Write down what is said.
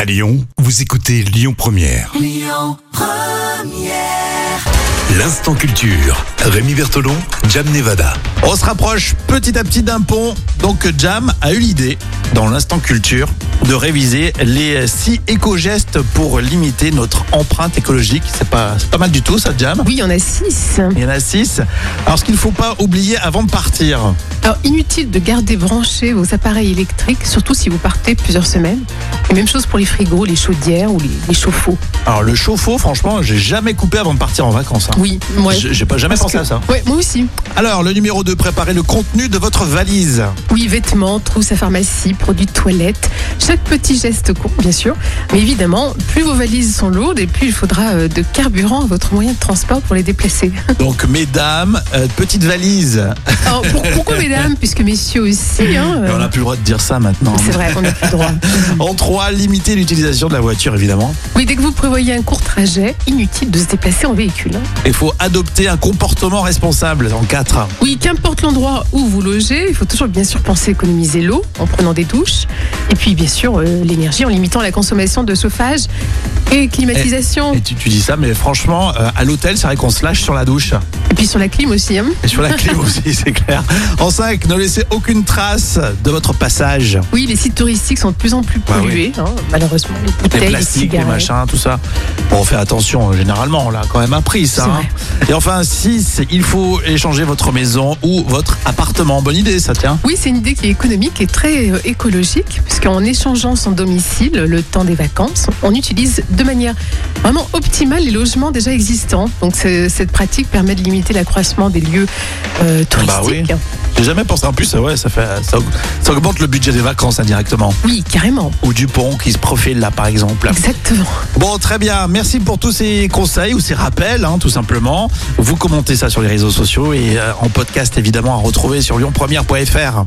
À Lyon, vous écoutez Lyon Première. L'instant culture. Rémi Bertolon, Jam Nevada. On se rapproche petit à petit d'un pont. Donc Jam a eu l'idée, dans l'instant culture, de réviser les six éco-gestes pour limiter notre empreinte écologique. C'est pas, c'est pas mal du tout ça, Jam. Oui, il y en a six. Il y en a six. Alors ce qu'il ne faut pas oublier avant de partir. Alors, inutile de garder branchés vos appareils électriques, surtout si vous partez plusieurs semaines. Et même chose pour les frigos, les chaudières ou les, les chauffe-eau. Alors le chauffe-eau, franchement, j'ai jamais coupé avant de partir en vacances. hein. Oui, moi. J'ai j'ai pas jamais pensé à ça. Ouais, moi aussi. Alors le numéro 2, préparez le contenu de votre valise. Oui, vêtements, trousses à pharmacie, produits de toilette. Chaque petit geste compte, bien sûr. Mais évidemment, plus vos valises sont lourdes et plus il faudra euh, de carburant à votre moyen de transport pour les déplacer. Donc mesdames, euh, petite valise. Alors, pour- pourquoi mesdames Puisque messieurs aussi. Hein, Et on n'a plus le droit de dire ça maintenant. C'est vrai, on n'a plus le droit. En 3, limiter l'utilisation de la voiture évidemment. Oui, dès que vous prévoyez un court trajet, inutile de se déplacer en véhicule. hein. Il faut adopter un comportement responsable en 4. Oui, qu'importe l'endroit où vous logez, il faut toujours bien sûr penser à économiser l'eau en prenant des douches. Et puis bien sûr euh, l'énergie en limitant la consommation de chauffage et climatisation. Et Et, tu, tu dis ça, mais franchement, euh, à l'hôtel, c'est vrai qu'on se lâche sur la douche. puis sur la clim aussi. hein. Et sur la clé aussi, c'est clair. En 5, ne laissez aucune trace de votre passage. Oui, les sites touristiques sont de plus en plus Bah oui. pollués, hein, malheureusement. Les Les bouteilles, les plastiques, les cigarettes. machins, tout ça. Bon, on fait attention, euh, généralement, on l'a quand même appris, ça. C'est hein. Et enfin, 6, il faut échanger votre maison ou votre appartement. Bonne idée, ça, tiens. Oui, c'est une idée qui est économique et très euh, écologique, puisqu'en échangeant son domicile le temps des vacances, on utilise de manière vraiment optimale les logements déjà existants. Donc c'est- cette pratique permet de limiter l'accroissement des lieux euh, touristiques. Bah oui. J'ai jamais pensé. En plus, ouais, ça, fait, ça, aug- ça augmente le budget des vacances indirectement. Oui, carrément. Ou du pont qui se profile là, par exemple. Exactement. Bon, très bien. Merci pour tous ces conseils ou ces rappels, hein, tout simplement. Vous commentez ça sur les réseaux sociaux et euh, en podcast, évidemment, à retrouver sur lyonpremière.fr.